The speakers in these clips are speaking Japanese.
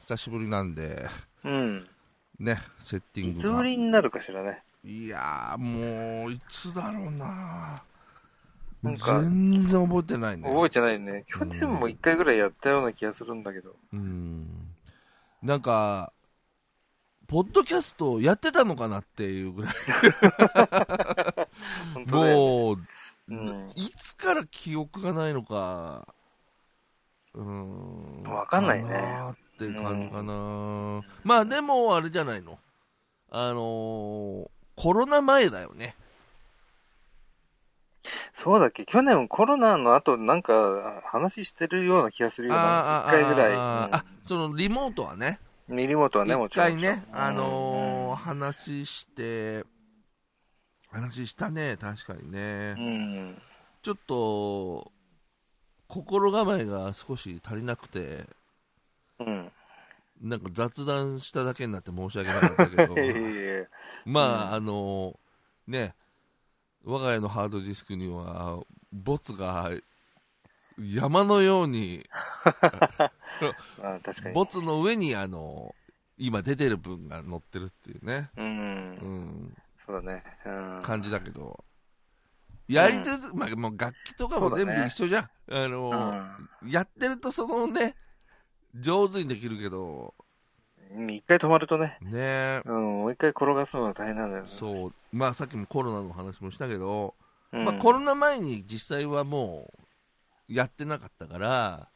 久しぶりなんで、うん。ね、セッティいンつグぶが。りになるかしらね。いやー、もう、いつだろうななんか全然覚えてないね。覚えてないね。去年も一回ぐらいやったような気がするんだけど。うん。なんか、ポッドキャストやってたのかなっていうぐらい、本当ね。もう、うん。いつから記憶がないのか、うーん。わかんないねかーっていう感じかな、まあでも、あれじゃないの。あのーコロナ前だよね。そうだっけ去年コロナの後なんか話してるような気がするような。一ー回ぐらあーい。あーあうそのリモートはね、んリモートはね、も一ちろん。回ね、あのーうん話して、話したね、確かにね。うん。ちょっと、心構えが少し足りなくて、うん。なんか雑談しただけになって申し訳なかったけ どい、やいやいやまあ、あの、ね、我が家のハードディスクには、ボツが山のように、あ確かに。ボツの上に、あの、今出てる分が載ってるっていうね、う。うんん、そうだね。うん。感じだけど、やり続け、まあ、もう楽器とかも全部そうだね一緒じゃん。あの、やってるとそのね、上手にできるけど、うん。一回止まるとね。ね、うん。もう一回転がすのが大変なんだよね。そう、まあさっきもコロナの話もしたけど、うん。まあコロナ前に実際はもうやってなかったから、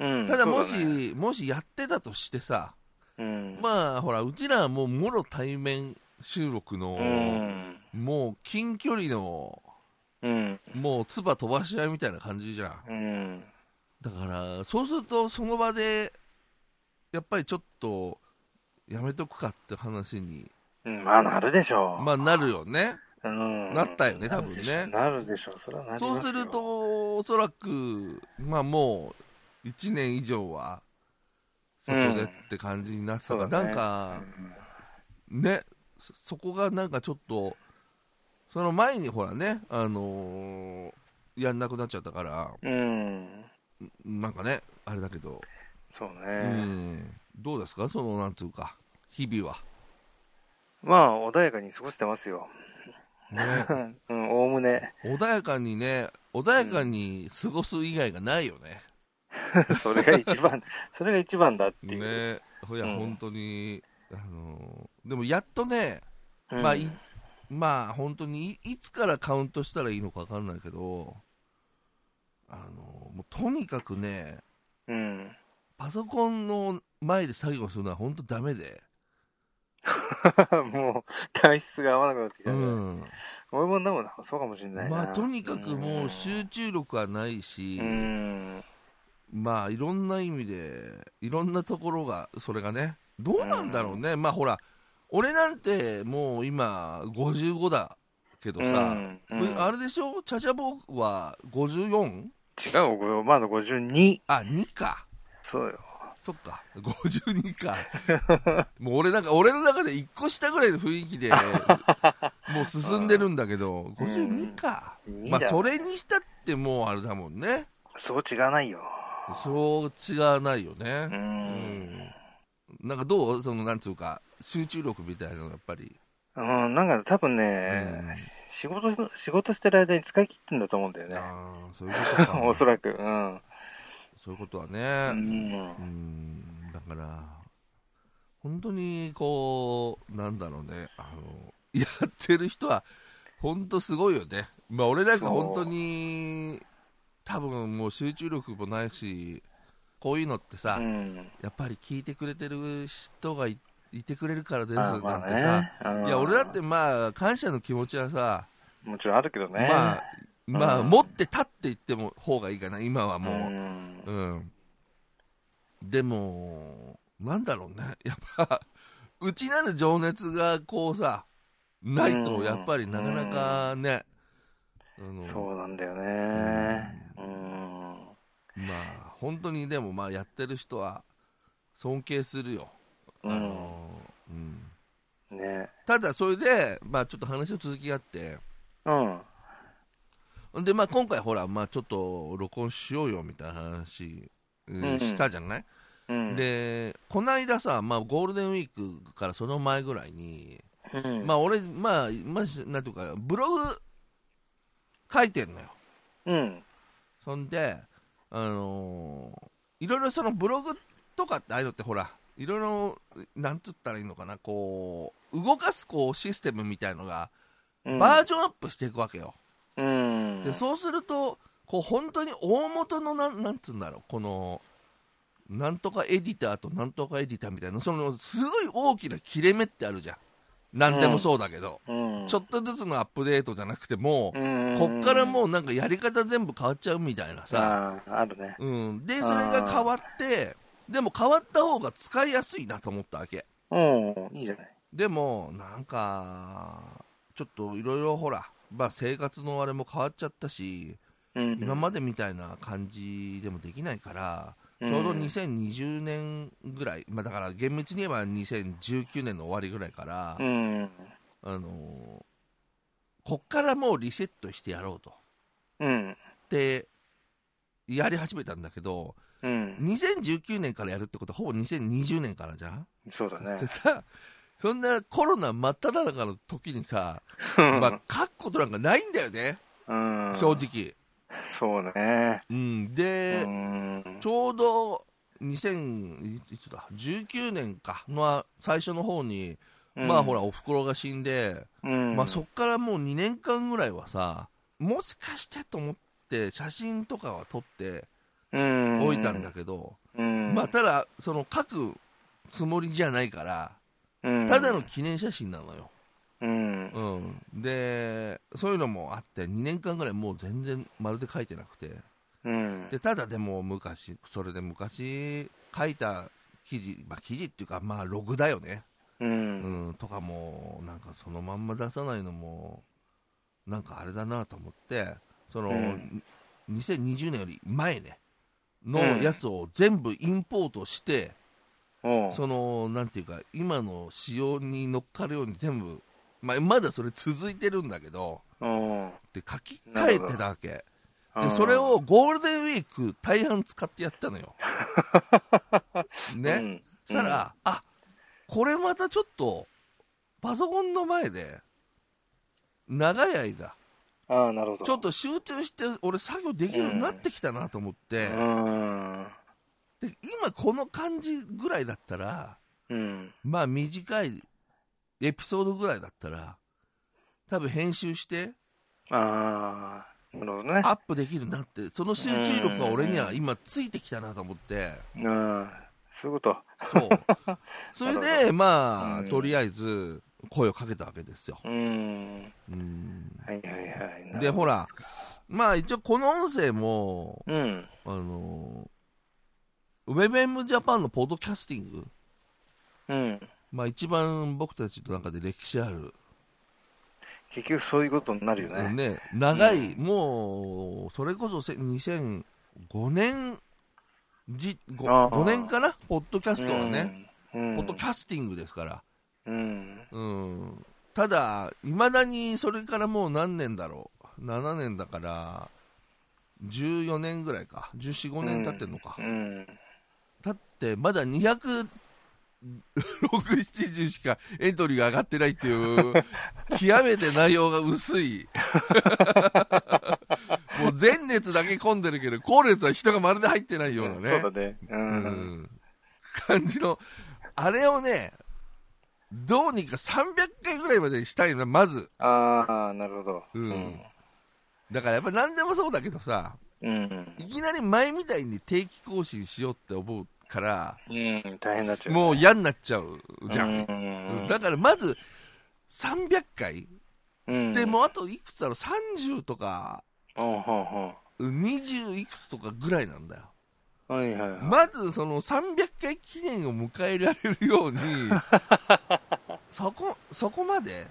うんただもし、そうねもしやってたとしてさ、うん。まあほら、うちらはもうもろ対面収録の、うん。もう近距離の、うん。もう唾飛ばし合いみたいな感じじゃん。うん。だから、そうすると、その場で、やっぱりちょっと、やめとくかって話に、うんまあ、なるでしょう。まあ、なるよね。うん。なったよね多分ねなるでしょう。それはなりそますようする、と、おそらく、まあ、もう、1年以上は、外でって感じになってたから、うんそうだなねんうか、んね、そそこがなんかちょっと、その前にほらね、あのーやんなくなっちゃったから、うん。なんかね、あれだけど、そううね。ん、どうですか、その、なんつうか、日々 は。まあ、穏やかに過ごしてますよ。 ねうん、おおむね。穏やかにね、穏やかに過ごす以外がないよね。それが一 番、それが一番だっていう。ね、ほや、うん本当に、あのーでもやっとね、うんまあい、まあ本当にいいつからカウントしたらいいのかわかんないけど、あのーもうとにかくね、うん。 パソコンの前で作業するのは本当ダメで、もう、体質が合わなくなってきうたね。ん、俺もでもなそうかもしれないな。まあとにかくもう集中力はないし、うん。まあいろんな意味でいろんなところがそれがねどうなんだろうね、まあほら俺なんてもう今55だけどうさ、ん。うんあれでしょチャチャボは 54? 違う、俺まだ52。あ2かそうよ。そっか52か もう俺なんか俺の中で1個下ぐらいの雰囲気 でもう進んでるんだけど52か、うんまあ二だねそれにしたってもうあれだもんねそう違わないよ。そう違わないよね、う。うんんなんかどうそのなんつうか集中力みたいなのやっぱり、うん、なんか多分ね、うん仕事し、仕事してる間に使い切ってんだと思うんだよね。あーそういうこと かおそらく。うん。そういうことはうねんうんだから本当にこうなんだろうねあのやってる人は本当すごいよねまあ俺なんかそう本当に多分もう集中力もないしこういうのってさ、うん。やっぱり聞いてくれてる人がいいてくれるからですあなんーてさ、まあね。いや、俺だってうん。まあ、感謝の気持ちはさ、もちろんあるけどね。まあ、まあ、うん持って立って言っても方がいいかな、今はもんう。うん。でも、なんだろうね。 やっぱ、うちなる情熱がこうさ、ないと、うんやっぱりなかなかね、あのそうなんだよね。うん。まあ、本当にでも、まあ、やってる人は尊敬するよ。あの、うん。ね。ただ、それで、まあ、ちょっと話の続きがあって、うん。で、まあ、今回ほら、まあ、ちょっと録音しようよみたいな話、うんうんしたじゃない、うん。、でこないださ、まあ、ゴールデンウィークからその前ぐらいに、うん。まあ俺、まあ、まあ、なんていうか、ブログ書いてんのよ。うん。そんで、あのーいろいろそのブログとかってああいうのってほら、いろいろ、なんつったらいいのかな、こう、動かすこうシステムみたいのが、うん。バージョンアップしていくわけよ。うん。で、そうすると、こう、本当に大元のなん、なんつうんだろう、この、なんとかエディターとなんとかエディターみたいな、その、すごい大きな切れ目ってあるじゃん。なんでもそうだけど、うん。ちょっとずつのアップデートじゃなくても、うん。こっからもうなんかやり方全部変わっちゃうみたいなさ、ああ、あるね。うん、でそれが変わってでも変わった方が使いやすいなと思ったわけうん。いいじゃない。でもなんかちょっといろいろほら、まあ、生活のあれも変わっちゃったしうん。今までみたいな感じでもできないから、ちょうどん2020年ぐらい、まあ、だから厳密に言えば2019年の終わりぐらいから、うん。あのーこっからもうリセットしてやろうとうん。でやり始めたんだけどうん。 2019年からやるってことはほぼ2020年からじゃんそうだね で。さそんなコロナ真っ只中の時にさ、まあ、書くことなんかないんだよね、うん。正。直。そうね。うん、うで、んち。ょうど2019年か、まあ、最初の方に、まあほら、おふくろが死んで、うん。まあ、そっからもう2年間ぐらいはさ、もしかしてと思って、写真とかは撮ってうん。おいたんだけど、うん。まあ、ただ、その書くつもりじゃないから、うん、ただの記念写真なのよ。うん。うん、でそういうのもあって2年間ぐらいもう全然まるで書いてなくてうん。でただでも昔それで昔書いた記事、まあ、記事っていうかまあログだよね、う。うんんとかもなんかそのまんま出さないのもなんかあれだなと思ってその、うん2020年より前ねのうんやつを全部インポートして、おうそのなんていうか今の仕様に乗っかるように全部、まあ、まだそれ続いてるんだけど、おうって書き換えてたわけあでーそれをゴールデンウィーク大半使ってやったの よね、うんしたら、あこれまたちょっとパソコンの前で長い間ああ、なるほど。ちょっと集中して俺作業できるようになってきたなと思って、うん。で今この感じぐらいだったらうん。まあ短いエピソードぐらいだったら多分編集してああ、なるほどね。アップできるなってその集中力が俺には今ついてきたなと思ってうん。そういうこと。そう それでまあうんとりあえず声をかけたわけですよ、うん。うんはいはいはい。でほらまあ一応この音声もうん。あのウェブエムジャパンのポッドキャスティングうん。まあ一番僕たちの中で歴史ある、結局そういうことになるよね。ね、長い、もうそれこそせ2005年じ 5, あー年かなポッドキャストはね、うん。ポッドキャスティングですから、うん。うん、ただ、いまだにそれからもう何年だろう、7年だから、14年ぐらいか、14、5年経ってんのか、うん。経って、まだ200 6、70しかエントリーが上がってないっていう、極めて内容が薄 い。もう前列だけ混んでるけど、後列は人がまるで入ってないようなね。そうだね。う。うんん感じの、あれをね、どうにか300回ぐらいまでしたいな、まず。ああ、なるほど。うん。だからやっぱ何でもそうだけどさ、うん。いきなり前みたいに定期更新しようって思うから、うん。大変になっちゃう。もう嫌になっちゃうじゃん。んだからまず、300回、うん。で、もうあといくつだろう、30とか、うん、ほんほん。 20いくつとかぐらいなんだよ。はいはいはい。まずその300回記念を迎えられるよ うにそこそこまで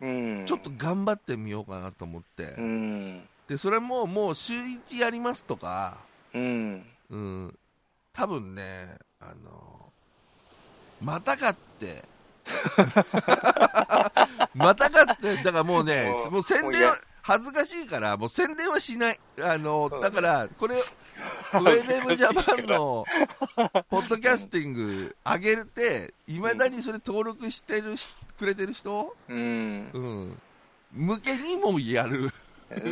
うん。ちょっと。頑張ってみようかなと思って、うん。でそれももう週1やりますとか、うん。うん、多分ねあのまたかって またかってだからもうねもうもう宣もう伝やは恥ずかしいからもう宣伝はしないあのそうだだ ねからこれウェブエムジャパンのポッドキャスティング上げて、いまだにそれ登録してるしくれてる人、うん。うん、向けにもやる。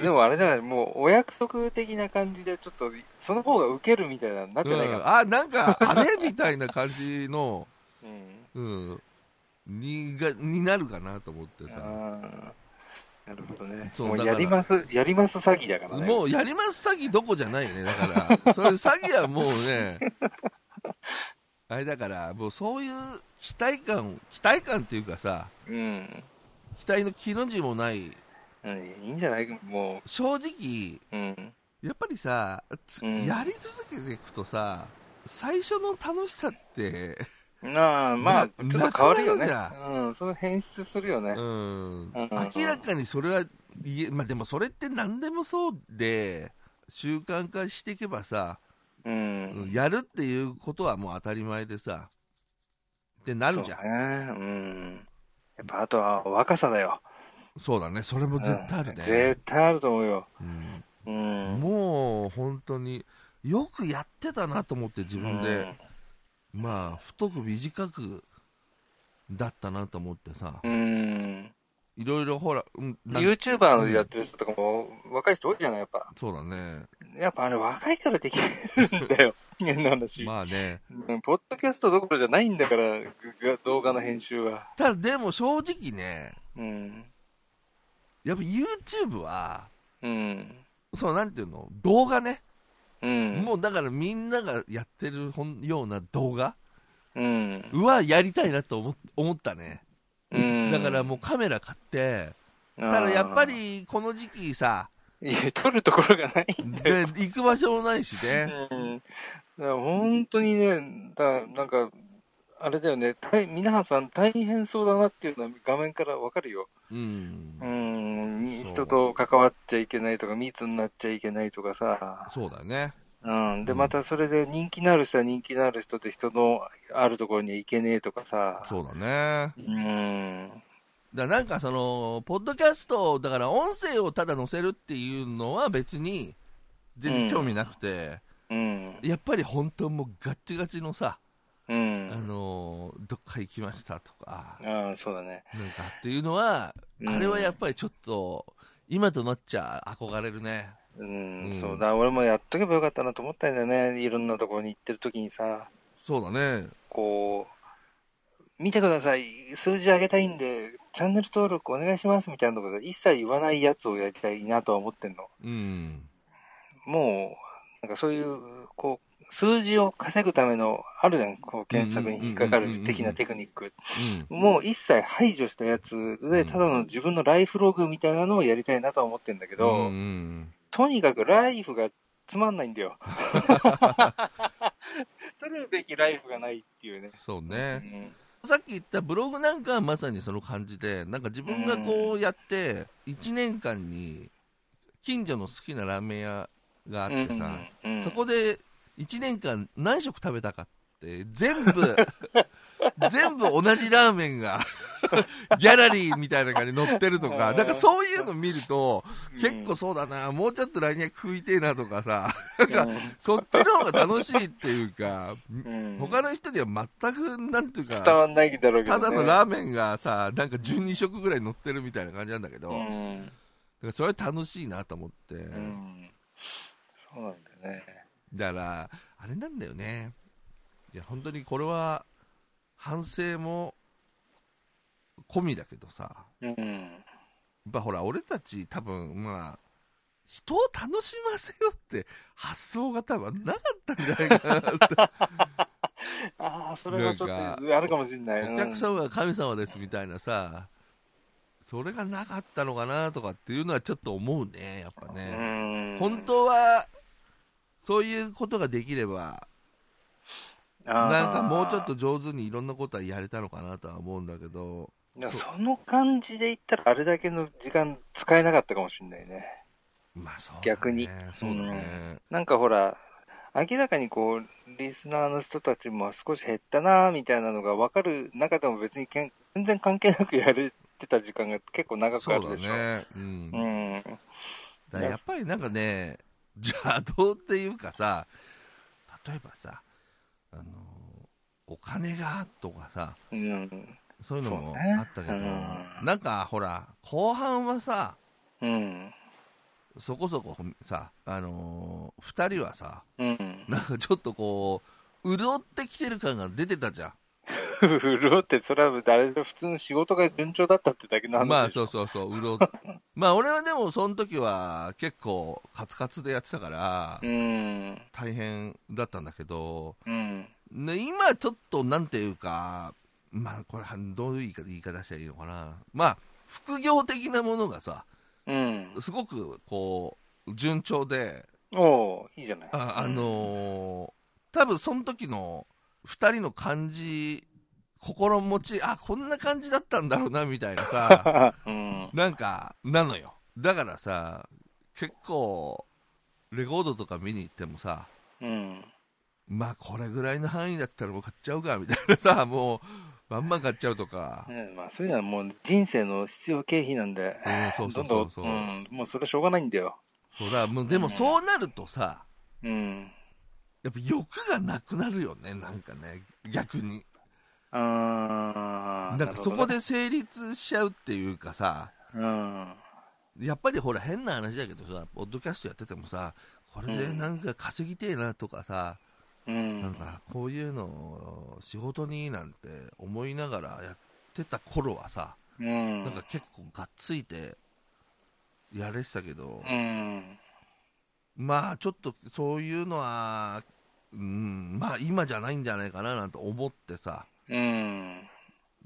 でもあれじゃない、もうお約束的な感じで、ちょっと、その方がウケるみたいなのになってうないかん、な。あ、なんか、あれみたいな感じの、 ううん。ん、にがになるかなと思ってさ。ああ。なるほどね。そうもうだやからります、やります詐欺だからね。もうやります詐欺どこじゃないよね、だから、それ詐欺はもう ね、あれだから、もうそういう期待感、期待感っていうかさ、うん。期待の気の字もない、うん。いいんじゃないも正直、う、うん。やっぱりさ、つうんやり続けていくとさ、最初の楽しさって、なあ、まあ、ちなょっと変わるよなね。くなるじうん。その変質するよねう。ん、うん明らかにそれは言え、まあ、でもそれって何でもそうで、習慣化していけばさ、うん。やるっていうことはもう当たり前でさ、ってなるじゃん。そうね。うん。やっぱあとは若さだよ。そうだね、それも絶対あるうんね絶、対あると思うよ。うんううんん。もう本当によくやってたなと思って自分で、まあ太く短くだったなと思ってさうん。うん。いろいろほら、うん、なん YouTuber のやってる人とかも若い人多いじゃないやっぱ。そうだねやっぱあれ若いからできるんだよ。人間の話、まあねうん。ポッドキャストどころじゃないんだから、ぐぐ動画の編集は。ただでも正直ねうん。やっぱ YouTube はうん。そのなんていうの動画ね、うん。もうだからみんながやってるほんような動画うん。はやりたいなと思っ思ったね、うん。だからもうカメラ買ってうん、ただやっぱありこの時期さー。いや、撮るところがないんだよ。で行く場所もないし ねうん。だから本当にね、だなんか、あれだよね、大皆さん大変そうだなっていうのは画面からわかるよ。うんうん、そう人と関わっちゃいけないとか、密になっちゃいけないとかさ。そうだねうん。で、またそれで人気のある人は人気のある人で人のあるところには行けねえとかさ。そうだねうん。だからなんかそのポッドキャストだから音声をただ載せるっていうのは別に全然興味なくて、うん。やっぱり本当もうガッチガチのさ、うあん。のーどっか行きましたとかああ、そうだね。なんかっていうのは、うんあれはやっぱりちょっと今となっちゃ憧れるねうん、うんそうだ。俺もやっとけばよかったなと思ったんだよね。いろんなところに行ってる時にさ。そうだねこう、見てください、数字上げたいんで、チャンネル登録お願いしますみたいなことで一切言わないやつをやりたいなとは思ってんの。うんもう、なんかそういう、こう、数字を稼ぐための、あるじゃん、こう、検索に引っかかる的なテクニック。うんもう一切排除したやつで、ただの自分のライフログみたいなのをやりたいなとは思ってんだけど、うんうんとにかくライフがつまんない んだよ。取るべきライフがないっていうね。そううね、んさっき言ったブログなんかはまさにその感じで、なんか自分がこうやって、1年間に近所の好きなラーメン屋があってさ、うんうんそこで1年間何食食べたかって、全 部、全部同じラーメンが ギャラリーみたいな感じに載ってるとか、なんかそういうの見ると、結構そうだな、もうちょっと来年食いてえなとかさ、そっちの方が楽しいっていうか、うん他の人には全くなんていうか、伝わんないだろうけど、たね、だのラーメンがさ、なんか12食ぐらい乗ってるみたいな感じなんだけど、だかうん、らそれは楽しいなと思って、うん、そうなんだよねだから、あれなんだよね、いや、本当にこれは反省も込みだけどさ、やうんっぱほら、俺たち、多分まあ、人を楽しませようって発想が多分なかったんじゃないかなって、ああそれがちょっとなあんるかもしれないお客ん様が神様ですみたいなさ、それがなかったのかなとかっていうのはちょっと思うね、やっぱね。うん本当はそういうことができればあーなんかもうちょっと上手にいろんなことはやれたのかなとは思うんだけどいやその感じで言ったらあれだけの時間使えなかったかもしれないねまあそうだ、ね、逆にそうだねなんかほら明らかにこうリスナーの人たちも少し減ったなみたいなのが分かる中でも別にけん全然関係なくやれてた時間が結構長くそあうるだでしょね、うん、だうんからやっぱりなんかね邪道っていうかさ例えばさあのお金がとかさうん。そういうのそうもねあったけど、うんなんかほら後半はさうん。そこそこさあのー、2人はさうん。 なんかちょっとこう潤ってきてる感が出てたじゃん潤って、それは誰でも普通の仕事が順調だったってだけの話でしょ。まあそうそうそう 潤っまあ俺はでもその時は結構カツカツでやってたからうん。大変だったんだけど、うん。ね、今ちょっとなんていうかまあこれはどういう言い方言い方したらいいのかなまあ副業的なものがさうん。すごくこう順調でおういいじゃない。ああのー多分その時の2人の感じ心持ちあこんな感じだったんだろうなみたいなさうん。なんかなのよだからさ結構レコードとか見に行ってもさうん。まあこれぐらいの範囲だったらもう買っちゃうかみたいなさ もうバンバン買っちゃうとか、ねまあ、そういうのはもう人生の必要経費なんで、うん、そうそうそうそうどんどん、うん、もうそれはしょうがないんだよ。そうだもうでもそうなるとさうん。やっぱ欲がなくなるよねなんかね逆にあーなんかそこ、るで成立しちゃうっていうかさほどねやっぱりほら変な話だけどさポッドキャストやっててもさこれでなんか稼ぎてえなとかさ、うん。うん。なんかこういうのを仕事になんて思いながらやってた頃はさ、うん。なんか結構がっついてやれてたけど、うん。まあちょっとそういうのは、うん、まあ今じゃないんじゃないかななんて思ってさうん。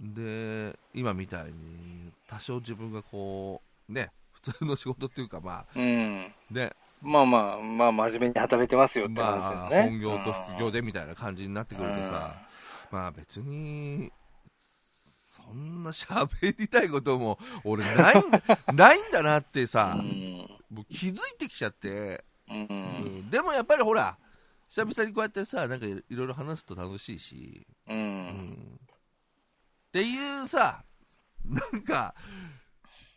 で今みたいに多少自分がこうね普通の仕事っていうかまあうん。ねまあまあ、まあ、真面目に働いてますよってま話あ、ですよね。本業と副業でみたいな感じになってくるとさ、まあ別に、そんな喋りたいことも俺ないん、 ないんだなってさう、ん。もう気づいてきちゃって、うん。う。うんんでもやっぱりほら、久々にこうやってさ、なんかいろいろ話すと楽しいし、う。うんんっていうさ、なんか、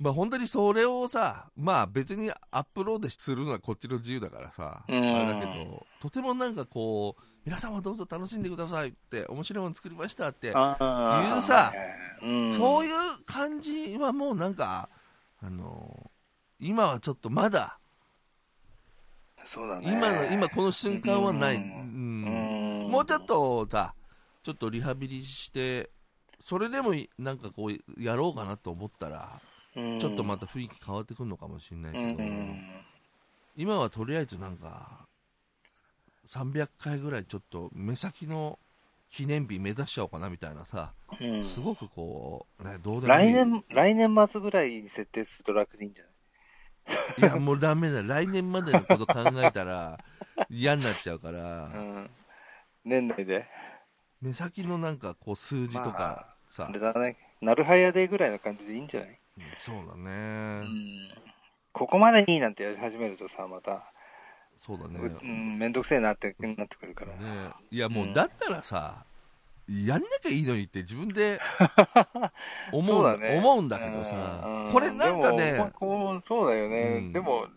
まあ本当にそれをさ、まあ別にアップロードするのはこっちの自由だからさ、うんあれだけど、とてもなんかこう、皆様どうぞ楽しんでくださいって、面白いもの作りましたって、ああ。言うさ、うん。そうう。いう感じはもうなんか、あの今はちょっとまだ、そうだね。今の、今この瞬間はない。ううんん。もうちょっとさ、ちょっとリハビリして、それでもいなんかこう、やろうかなと思ったら、うん、ちょっとまた雰囲気変わってくるのかもしれないうん。けど、今はとりあえずなんか、300回ぐらいちょっと目先の記念日目指しちゃおうかなみたいなさ、うんすごくこう、ね、どうでもいい。来年、来年末ぐらいに設定すると楽でいいんじゃないいや、もうダメだ。来年までのこと考えたら嫌になっちゃうから、うん、年内で、目先のなんかこう数字とかさ、あれだね、なるはやでぐらいの感じでいいんじゃない、うんそうだね、ここまでいいなんてやり始めるとさ、また、そうだね。ううん、めんどくせえなってなってくるから、ねえいやもう、うんだったらさやんなきゃいいのにって自分で思うん そうだだね思うんだけどさ、ううこれなんかでもねこうそうだよね、うんでも、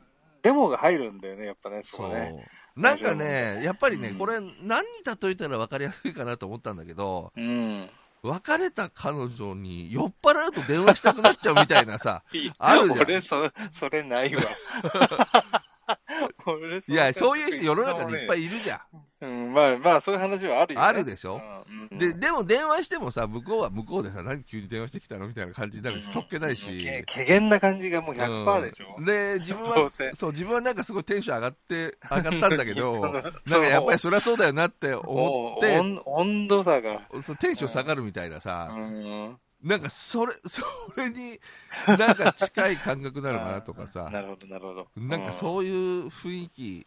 デモが入るんだよね、やっぱね、そそこう、ね。なんかねやっぱりね、うんこれ何に例えたら分かりやすいかなと思ったんだけどうん、別れた彼女に酔っ払うと電話したくなっちゃうみたいなさあるじゃん俺そ、それないわ。 俺いやそういう人世の中にいっぱい。いいるじゃんうん、まあまあ、そういう話はあるよ、ね。あるでしょうんででも電話してもさ向こうは向こうでさ何急に電話してきたのみたいな感じになるしそっけないし、け怪げな感じがもう100%でしょ、うんで自分どはうせそう自分はなんかすごいテンション上がって上がったんだけど そなのんかやっぱりそりゃそうだよなって思もっうて温温度差が、そうテンション下がるみたいなうさ、ん、なんかそれそれになんか近い感覚なのかなとかさなるほどなるほどなんかうそういう雰囲気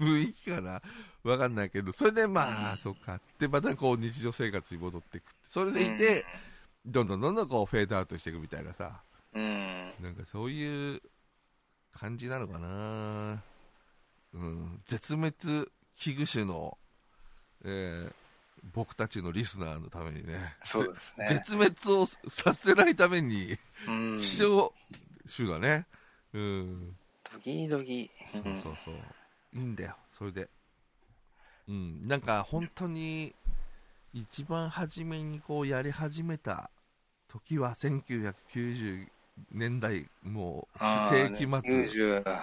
雰囲気かなわかんないけどそれでまあ、うんそっかってまたこう日常生活に戻っていくそれでいて、どんどんどんどんこうフェードアウトしていくみたいなさうん、うんなんかそういう感じなのかな、うん、絶滅危惧種の、えー僕たちのリスナーのためにね、そうですね絶滅をさせないために、うん希少種だね、うん、ドキドキ、そううんそうそう、いいんだよそれでうんなんか本当に一番初めにこうやり始めた時は1990年代もうあ世ー紀末、 98、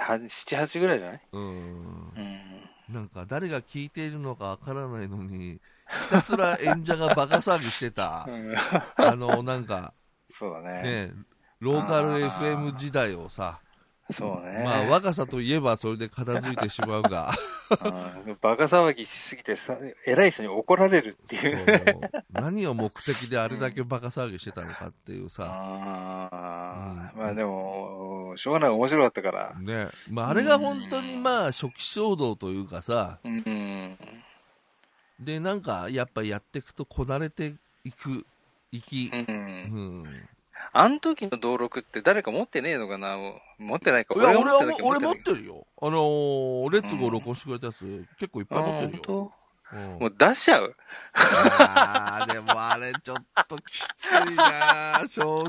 8 7、8ぐらいじゃないうんうん。なんか誰が聞いているのかわからないのにひたすら演者がバカ騒ぎしてたうんあのなんかそうだね。ねローカルあー FM 時代をさ、そうね。まあ若さといえばそれで片付いてしまうがうんバカ騒ぎしすぎてさ、偉い人に怒られるってそいうう。何を目的であれだけバカ騒ぎしてたのかっていうさ、ああ、うんまあでも、しょうがない、面白かったから。ねまあ、あれが本当にまあ初期衝動というかさうん。でなんかやっぱやっていくとこなれていくいきう、。うんん、あの時の登録って誰か持ってねえのかな持ってないか。いや俺はなきゃ俺持っないてるよあのーレッツゴー録音してくれたやつ、結構いっぱい持あって本るよ、当うんもう出しちゃうあーでもあれちょっときついな正直もう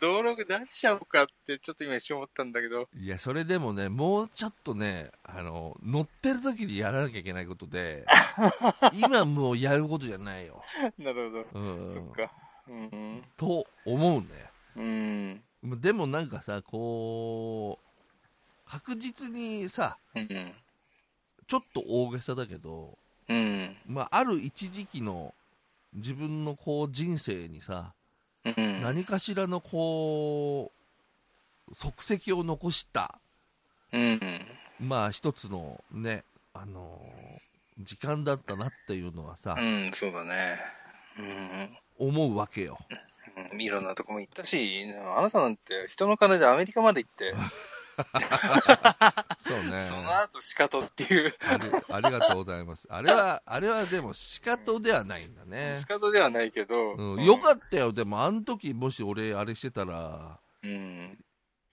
登録出しちゃおうかって、ちょっと今一瞬思ったんだけど。 いや、それでもね、もうちょっとね、あの、乗ってる時にやらなきゃいけないこと で、今もうやることじゃないよ。なるほうど。そっん。か。うん。と思うね。うん。でもなんかさ、こう、確実にさ、うん。ちょっと大げさだけど、うん。まあ、ある一時期の自分のこう人生にさ、うん。何かしらのこう、足跡を残した、うん。まあ一つのね、あのー時間だったなっていうのはさ、うん、そうだね。うん。思うわけよ。うんいろんなとこも行ったし、あなたなんて人の金でアメリカまで行って、そうね。その後仕方っていう、ありありがとうございます。あれは、あれはでも仕方ではないんだね仕。方ではないけど、うん、よかったよ。でもあの時もし俺あれしてたら、うん。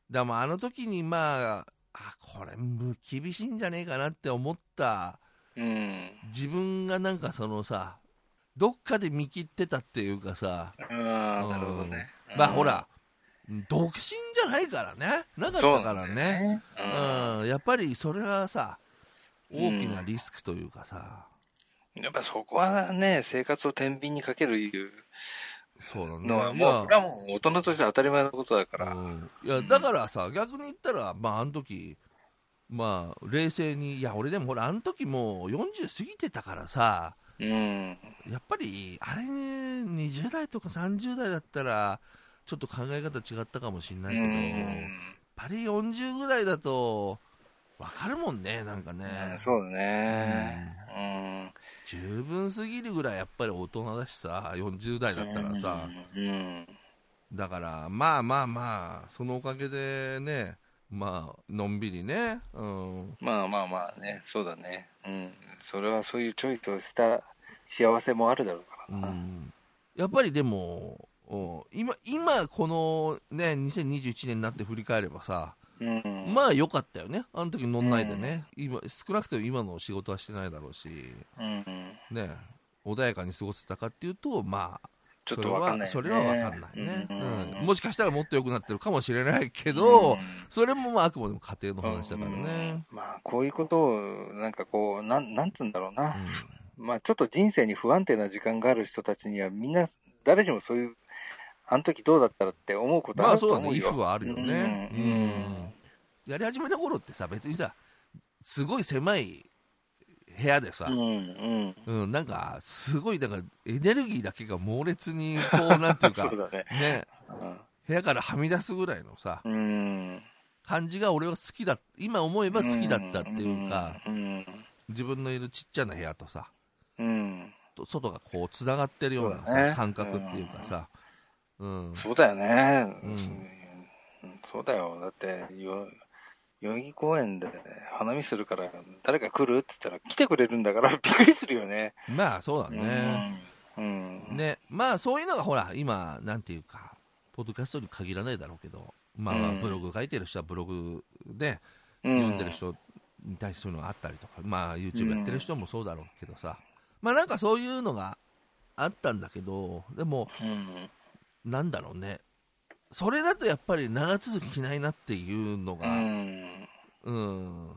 でもあの時にまあ、あ、これむ厳しいんじゃねえかなって思ったうん。自分がなんかそのさ、どっかで見切ってたっていうかさ、あうあ、んなるほどね。まあうんほ、ら、独身じゃないからね。なかっそたかうなんだらよね。ね。うん、やっぱりそれはさ、大きなうんリスクというかさ、うん。やっぱそこはね、生活を天秤にかけるいうそうなんだのは、もう、それはもう大人として当たり前のことだから。うんいやだからさ、逆に言ったら、まあ、あの時まあ冷静に、いや、俺でもほら、あの時もう40過ぎてたからさ、うん。やっぱりあれ、20代とか30代だったら、ちょっと考え方違ったかもしれなういけど、やっん。ぱり40ぐらいだと、わかるもんね、なんかね、うんそうだね。うん。十分すぎるぐらいやっぱり大人だしさ、40代だったらさ、うん。だから、まあまあまあ、そのおかげでね、まあ、のんびりね、うん。まあまあまあね、そうだね。うん。それはそういうチョイスをした幸せもあるだろうからな。やっぱりでも、うん今今このね2021年になって振り返ればさ、うん。まあ良かったよねあの時乗んないでね、今少なくとも今の仕事はしてないだろうしうん。ね穏やかに過ごせたかっていうとまあちょっとわかんない、ね。それはそれは分かんないね、うんうんもしかしたらもっと良くなってるかもしれないけど、うんそれもまああくまでも家庭の話だからね、うんまあ、こういうことを、なんかこう、なん、なんつうんだろううんな。まあ、ちょっと人生に不安定な時間がある人たちには、みんな、誰しもそういう、あの時どうだったらって思うことまああるとそうだ思うよ。ね、イフはあるよね。うんうんやり始めた頃ってさ、別にさ、すごい狭い部屋でさ、うん、うん。うんなんか、すごい、だからエネルギーだけが猛烈に、こう、なんていうか そう、だね。ね、部屋からはみ出すぐらいのさ、うん。感じが俺は好きだ、今思えば好きだったっていうか、うん。自分のいるちっちゃな部屋とさ、うん。と外がこう、つながってるようなそうさだね感覚っていうかさ、うん、そうだよね。うんうんそうだよ。だって、よ代々木公園で花見するから、誰か来るって言ったら、来てくれるんだから、びっ くりするよね。まあそうだね。うん。うん。ね、まあそういうのがほら、今、なんていうか、ポッドキャストに限らないだろうけど、まあ、まあうんブログ書いてる人はブログでうん読んでる人に対してそういうのがあったりとか、まあ YouTube やってる人もそうだろうけどさ、まあなんかそういうのがあったんだけど、でも、うん。なんだろうね、それだとやっぱり長続きしないなっていうのうが、ん。うん、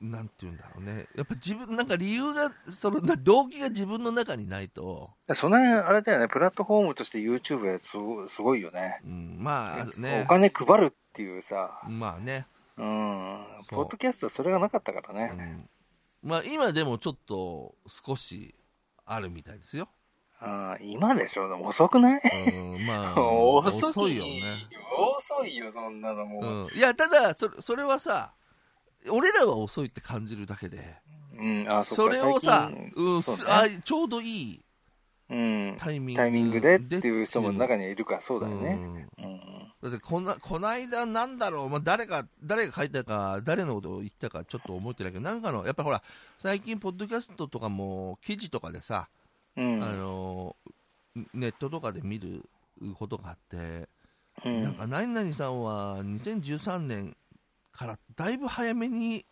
なんて言うんだろうねやっぱ自分なんか理由がそのな動機が自分の中にないと、その辺、あれだよね、プラットフォームとして YouTube やすごすごいよね。うん、まあねお金配るっていうさ、まあね、うん、そうポッドキャストはそれがなかったからうね。ん、まあ今でもちょっと少しあるみたいですよ、うん、今でしょ、でも遅くないうん、まあ 遅きいよね、遅いよ、そんなのもう。うん、いやただそれそれはさ俺らは遅いって感じるだけでうん、あ、そっかれをさ、最近うんそうねすあちょうどいいうん、タイミングタイミングでっていう人も中ににはいるから、そうだよね。うんだってこんなこないだなんだろう、まあ、誰か誰が書いたか誰のことを言ったかちょっと覚えてないけどなんかのやっぱりほら最近ポッドキャストとかも記事とかでさ、うん。あのネットとかで見ることがあって、うんなんか何々さんは2013年からだいぶ早めに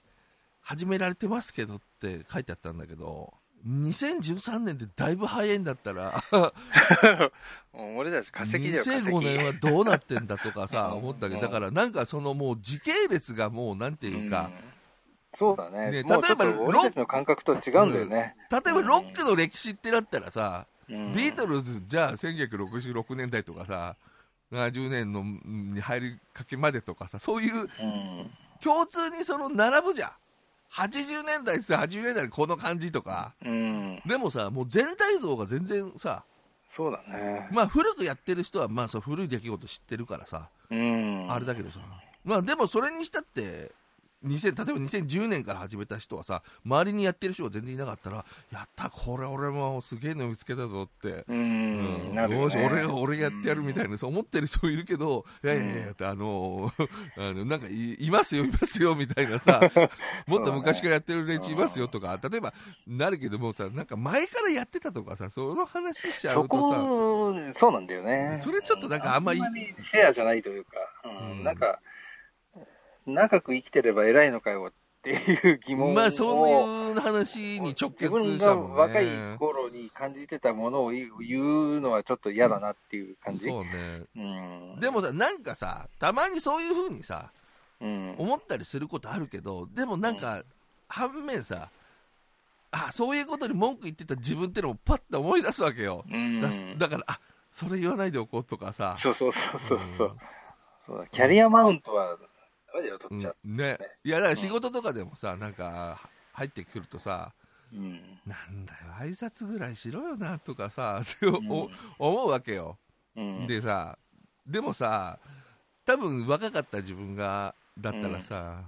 始められてますけどって書いてあったんだけど2013年ってだいぶ早いんだったらもう俺たち化石だよ、化石。 2005年はどうなってんだとかさうん思ったけどだからなんかそのもう時系列がもうなんていうか、んそうだね。ねもうちょっと例えば俺たちの感覚と違うんだよね。例えばロックの歴史ってなったらさ、うんビートルズじゃあ1966年代とかさ70年のうんに入りかけまでとかさそういううん共通にその並ぶじゃん80年代です80年代この感じとかうん。でもさもう全体像が全然さそうだね。まあ古くやってる人はまあそう古い出来事知ってるからさうん。あれだけどさ、まあでもそれにしたって2000例えば2010年から始めた人はさ周りにやってる人が全然いなかったらやったこれ俺もすげえの見つけたぞって、う。うんんなるよよしね。俺が俺がやってやるみたいな。な、そう思ってる人いるけどいやいやいやってあの あのなんかいいますよいますよみたいな さもっと昔からやってる連中いますよとか、例えばなるけどもさなんか前からやってたとかさその話しちゃそうとさこ、そうなんだよね。それちょっとなんかあんまりうりフェアじゃないというか、ううんん、なんか、長く生きてれば偉いのかよっていう疑問を。まあそういう話に直結自分したがもんね。若い頃に感じてたものを言う言うのはちょっと嫌だなっていう感じ。そうねうんでもさなんかさたまにそういう風にさうん、思ったりすることあるけどでもなんか、反面さあそういうことに文句言ってた自分ってのもパッと思い出すわけよ、うんだすだからあそれ言わないでおこうとかさそうそうそうそうそううんそうだキャリアマウントはダメだよ取っちゃう、うんねいやだから仕事とかでもさなんか入ってくるとさうんなんだよ挨拶ぐらいしろよなとかさっておうん思うわけようん、でさでもさ多分若かった自分がだったらさ、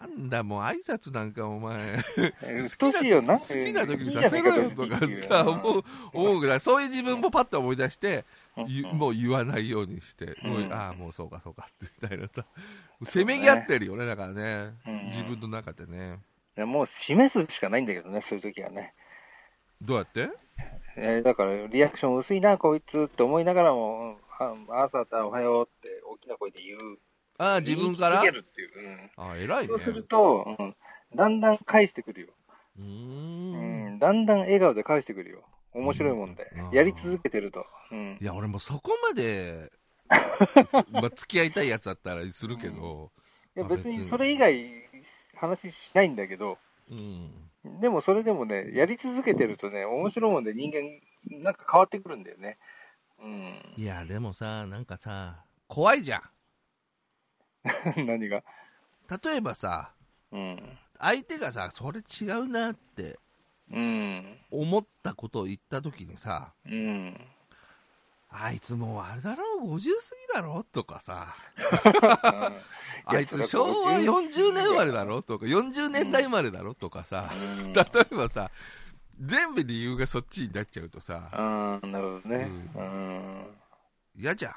なんだもう挨拶なんかお前うっと好うしきいよななん好かきな時いいにじさゃなせいろかよとか別にっていうさ思ううん思うぐらいそういう自分もパッと思い出して、うんゆうんもう言わないようにして、もううんああもうそうかそうかってみたいなさせめぎ合ってるよねだからね、うん自分の中でねでもう示すしかないんだけどねそういう時はね、どうやってえーだからリアクション薄いなこいつって思いながらも「あ朝だおはよう」って大きな声で言うああ自分から言い続けるっていう、うんああ偉いねそうすると、うん、だんだん返してくるよ、うーうんん、だんだん笑顔で返してくるよ面白いもんで、うんやり続けてると、うんい、や俺もそこまで まあ付き合いたいやつだったらするけど、いやまあ別に別にそれ以外話しないんだけど、うん、でもそれでもね、やり続けてるとね、面白いもんで人間、なんか変わってくるんだよね。ういやでもさなんかさ怖いじゃんん。 何が例えばさうん。相手がさそれ違うなってうん。思ったことを言った時にさうん。あいつもうあれだろ50過ぎだろとかさあいつやそ昭れは和50 40年生まれだろとか40年代生まれだろとかさ、例えばさ全部理由がそっちになっちゃうとさああ、なるほどね。ううん。嫌じゃん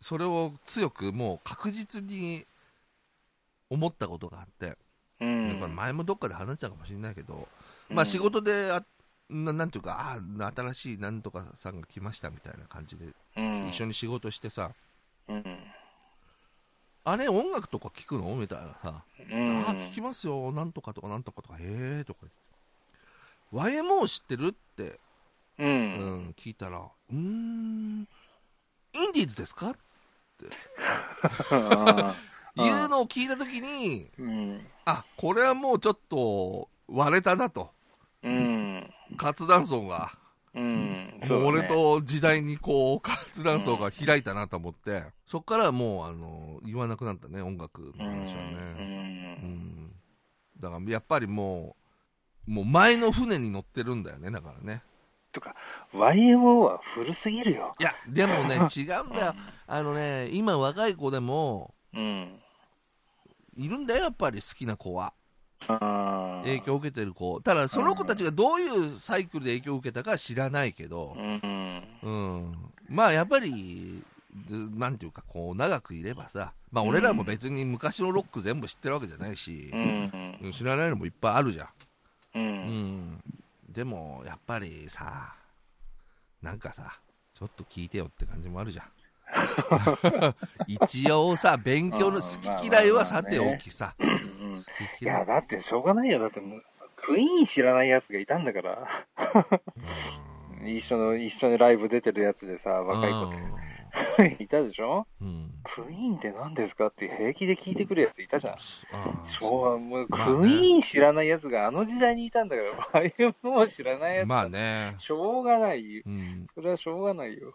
それを強くもう確実に思ったことがあって、うん。これ前もどっかで話したかもしれないけど、うんまあ仕事であななんていうかあ新しいなんとかさんが来ましたみたいな感じでうん、一緒に。に仕事してさ、うん。あれ音楽とか聞くのみたいなさ、うん。あ聞きますよなんとかとかなんとかとかへえとか言って YMO 知ってるって、う。うんん、聞いたらうーんインディーズですかあーいうのを聞いた時にうん。あこれはもうちょっと割れたなとうん。活断層が、うん。そうだね俺。と時代にこう活断層が開いたなと思って、そっからはもうあの言わなくなったね音楽うのん。う話はね、うんん。だからやっぱりもうもう前の船に乗ってるんだよねだからね YMO は古すぎるよ。いやでも ね違うんだよあのね今若い子でもうん。いるんだよやっぱり好きな子はあー影響を受けてる子ただその子たちがどういうサイクルで影響を受けたかは知らないけど、うん。うん、まあやっぱりずなんていうかこう長くいればさ、まあ、俺らも別に昔のロック全部知ってるわけじゃないしう、ん。知らないのもいっぱいあるじゃん、う。うんん、でもやっぱりさなんかさちょっと聞いてよって感じもあ るじゃん一応さ勉強の好き嫌いはさておきさ好うんきい嫌や、いだってしょうがないよ。だってもう、クイーン知らないやつがいたんだから。一緒の、一緒にライブ出てるやつでさ、若い子でいたでしょうんうんクイーンって何ですかって平気で聞いてくるやついたじゃん。あーそうはもう、クイまあねーン知らないやつがあの時代にいたんだから、YMO 知らないやつ、まあね、しょうがないよ。うん、それはしょうがないよ。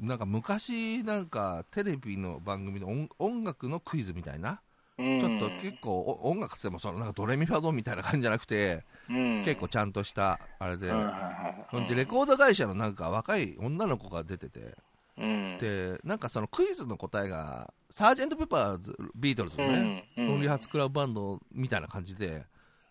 なんか昔なんかテレビの番組の音音楽のクイズみたいな、うん、ちょっと結構お音楽って言ってもそのなんかドレミファドンみたいな感じじゃなくて、うん、結構ちゃんとしたあれで、うんはいはいほんでレコード会社のなんか若い女の子が出てて、うん、でなんかそのクイズの答えがサージェント・ペッパーズビートルズのね、うんロンリーハーツクラブバンドみたいな感じで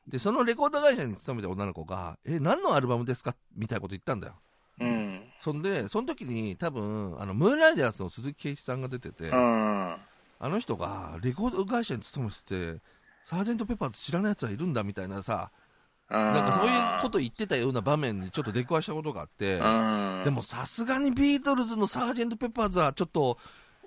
でそのレコード会社に勤めた女の子が「え何のアルバムですか?」みたいなこと言ったんだよ。うん、そんで、その時に多分、あの、ムーンライダーズの鈴木圭一さんが出てて、うん、あの人がレコード会社に勤めてて、サージェント・ペッパーズ知らない奴はいるんだみたいなさ、ななんかそういうこと言ってたような場面にちょっと出くわしたことがあって、うん、でもさすがにビートルズのサージェント・ペッパーズはちょっと、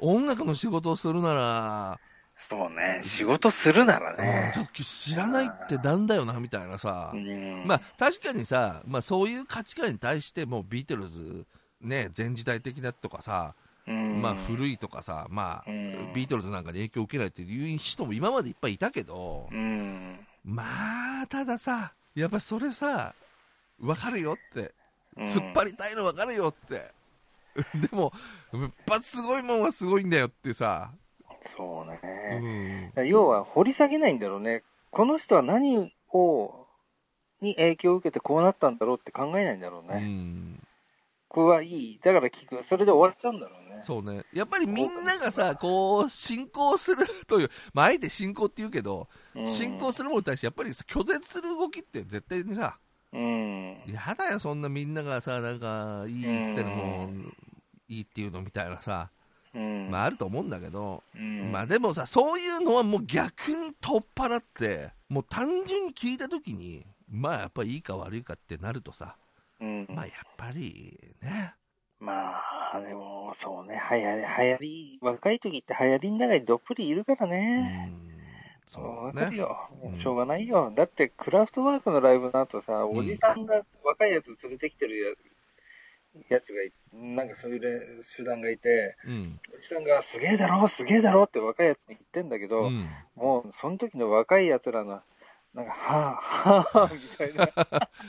音楽の仕事をするなら、そうね仕事するならねうんちょっと知らないってなんだよなみたいなさ、うんまあ確かにさ、まあ、そういう価値観に対してもうビートルズ、ね、全時代的なとかさ、うんまあ、古いとかさ、まあうんビートルズなんかに影響を受けないっていう人も今までいっぱいいたけど、うんまあたださやっぱそれさ分かるよって、うん突っ張りたいの分かるよって でもやっぱすごいもんはすごいんだよってさ、そうねう、ん、要は掘り下げないんだろうねこの人は何をに影響を受けてこうなったんだろうって考えないんだろううね、んこれはいいだから聞くそれで終わっちゃうんだろうねそうねやっぱりみんながさこう信仰するというまああえて信仰って言うけど、うん信仰するものに対してやっぱりさ拒絶する動きって絶対にさうんやだよそんなみんながさなんかいいっつってるもうんいいっていうのみたいなさ、うんまああると思うんだけど、うんまあでもさそういうのはもう逆に取っ払ってもう単純に聞いた時にまあやっぱいいか悪いかってなるとさうんまあやっぱりねまあ、でも、そうね、流行り、流行り、若い時って流行りの中にどっぷりいるからうね。んそわうかるねよ。もうんうしょうがないよ。だって、クラフトワークのライブの後さ、んおじさんが若いやつ連れてきてるややつがい、なんかそういうれ集団がいて、うんおじさんがすげえだろ、すげえだろって若いやつに言ってんだけど、うんもう、その時の若いやつらの、なんか、はぁ、はぁ、みたいな。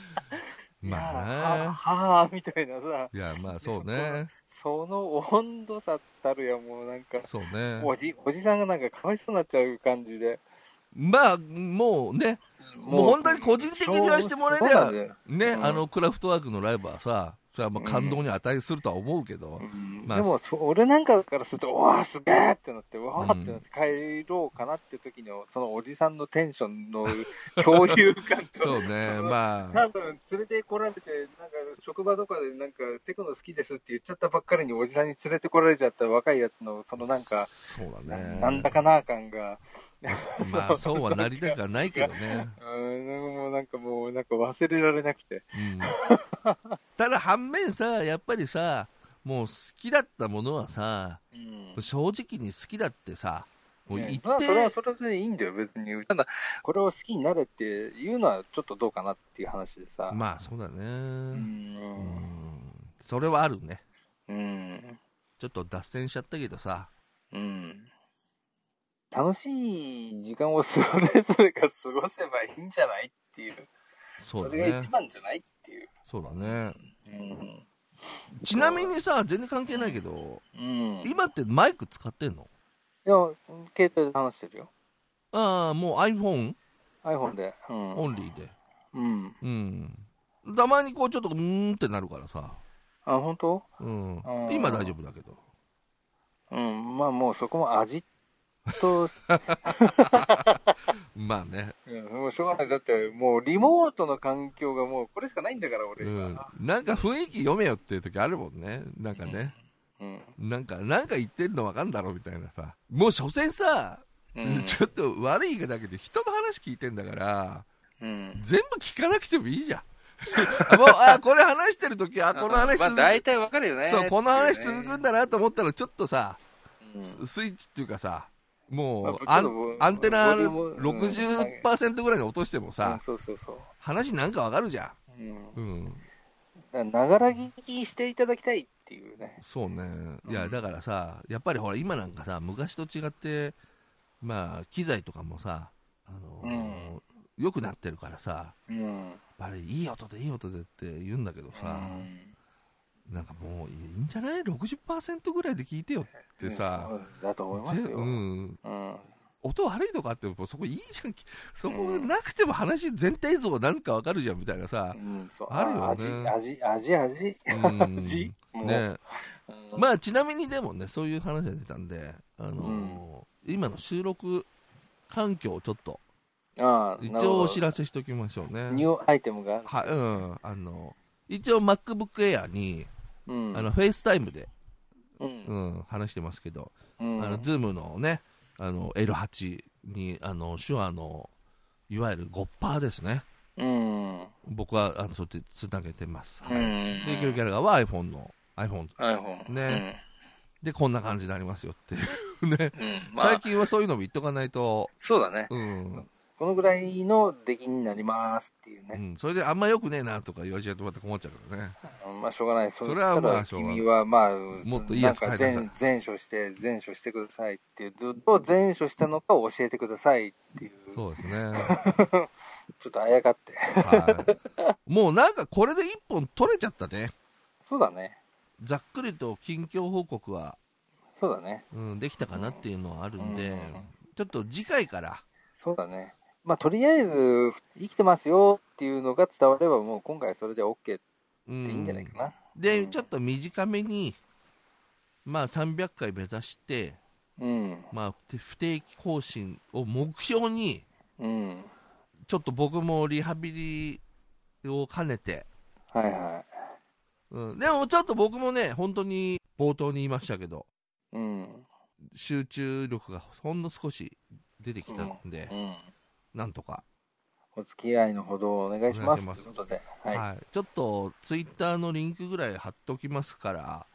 いや まあはぁ、はぁ、みたいなさ、ねいやまあそうねその温度差たるや、もうなんか。そうねおじおじさんがなんかかわいそうになっちゃう感じでまあもうねもう本当に個人的に言わせてもらえりそうゃなんだよね、うんあのクラフトワークのライブはさ、それはまあ感動に値するとは思うけど、うんまあでもそ俺なんかからするとうわあすげえってなってうわあってなって帰ろうかなって時のそのおじさんのテンションの共有 感とそうね、そのまあ、多分連れてこられてなんか職場とかでなんかテクノ好きですって言っちゃったばっかりにおじさんに連れてこられちゃった若いやつのそのなんか、そうだなね、なんだかな感がまあ、そうはなりたくはないけど ね、うんもうなんかもうなんか忘れられなくてうん、ただ反面さ、やっぱりさ、もう好きだったものはさ、うん正直に好きだってさ、もうね言って、まあそれはそれでいいんだよ、別に。ただ、これを好きになれっていうのはちょっとどうかなっていう話でさ。まあそうだね、う。うんんそれはあるね、うん。ちょっと脱線しちゃったけどさ、うん。楽しい時間をそれぞれが過ごせばいいんじゃないっていう。そうだれがね一番じゃないっていう。そうだねうん。ちなみにさ全然関係ないけどうん。い今ってマイク使ってんのや、携帯で話してるよ。ああもう iPhone iPhone で。うん。オンリーでうん。うんたまにこうちょっとうーんってなるからさ、あ、本当うんー、今大丈夫だけどうん。まあもうそこも味と、まあね、うん、もうしょうがない。だってもうリモートの環境がもうこれしかないんだから、俺う今。ん、なんか雰囲気読めよっていう時あるもんねなんかねうん。なんかなんか言ってんのわかんだろみたいなさもう所詮さ、うちょっと悪い言い方だけど人の話聞いてんだからうん。全部聞かなくてもいいじゃん あもうあこれ話してる時あこの話まあ続く、大体わかるよね。そうこの話続くんだなと思ったらちょっとさ、うん。ススイッチっていうかさもう、まあアンちょっとアンテナボリューム60%ぐらいに落としてもうんさ、そうそうそう。話なんかわかるじゃうん。ん、うん、だからながら聞きしていただきたいっていうね。そうねいやうんだからさやっぱりほら今なんかさ昔と違ってまあ機材とかもさあの、良くなってるからさうん。やっぱりいい音でいい音でって言うんだけどさ、なんかもういいんじゃない60%ぐらいで聞いてよってさ、うんそうだと思いますぜよ。ううん。ん、音悪いとかあってもそこいいじゃんそこなくても話全体像なんかわかるじゃんみたいなさう、ん、そう。あるよね味、味、味、味。うん味もうね、うんまあちなみにでもねそういう話が出たんで、あのー今の収録環境をちょっとああ、一なるほ応どお知らせしておきましょうねニューアイテムが。は、うん、あの一応 MacBook Air に、うん。あのフェイスタイムで、うん、ううん。ん、話してますけど、うん。あの Zoom のねあの L8 にあの手話のいわゆる5%パーですねうん。僕はあのそうやってつなげてます、うはいん。で、ゆるキャラは iPhone の iPhone iPhone。ね。でこんな感じになりますよっていうね、うん。うんま最あ、近はそういうのも言っとかないと、そうだね。うん、このぐらいの出来になりますっていううね。ん、それであんま良くねえなとか言われちゃうとまた困っちゃうからね。うんまあ、しょうがない。そそれはまあしたら君は、まあ、もっといいやつなんか買いな全、全書して、全書してくださいっていう、どどう全書したのかを教えてくださいっていう。そうですね。ちょっとあやかって。はい。もうなんかこれで一本取れちゃったね。そうだね。ざっくりと近況報告は、そうだね。うん、できたかなっていうのはあるんで、うんちょっと次回から、そうだね。まあ、とりあえず、生きてますよっていうのが伝われば、もう今回それで OK ってういんいんじゃないかな。で、ちょっと短めに、まあ300回目指して、うん。まあ不不定期更新を目標に、うん。ちょっと僕もリハビリを兼ねて、はいはうん、でもちょっと僕もね、本当に冒頭に言いましたけど、い。うん。集中力がほんの少し出てきたんで、うん。なんとか、お付き合いのほどお願いします。お願いしますということで。ははいい。ちょっとツイッターのリンクぐらい貼っときますから、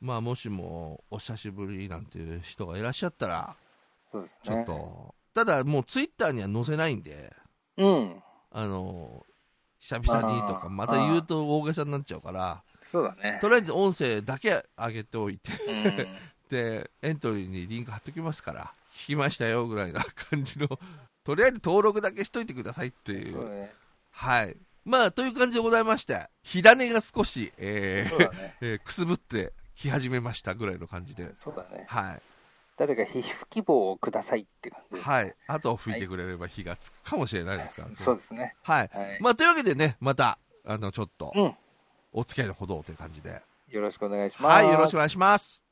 まあ、もしもお久しぶりなんていう人がいらっしゃったら、そうですちょね。っと、ただもうツイッターには載せないんで、うん。あの久々にとあか、ーまた言うと大げさになっちゃうから、そうだね。とりあえず音声だけ上げておいて。 うん。でエントリーにリンク貼っときますから聞きましたよぐらいな感じのとりあえず登録だけしといてくださいっていそううだね。はいまあという感じでございまして火種が少し、えーそうだね。 えーくすぶってき始めましたぐらいの感じでそうだね。は誰か皮膚希望をくださいって感い、じです。はい、あと吹いてくれれば火がつくかもしれないですから、ね、そうですね。はい、はいまあというわけでねまたあのちょっとうん。お付き合いのほどをという感じでよろしくお願いします。はいよろしくお願いします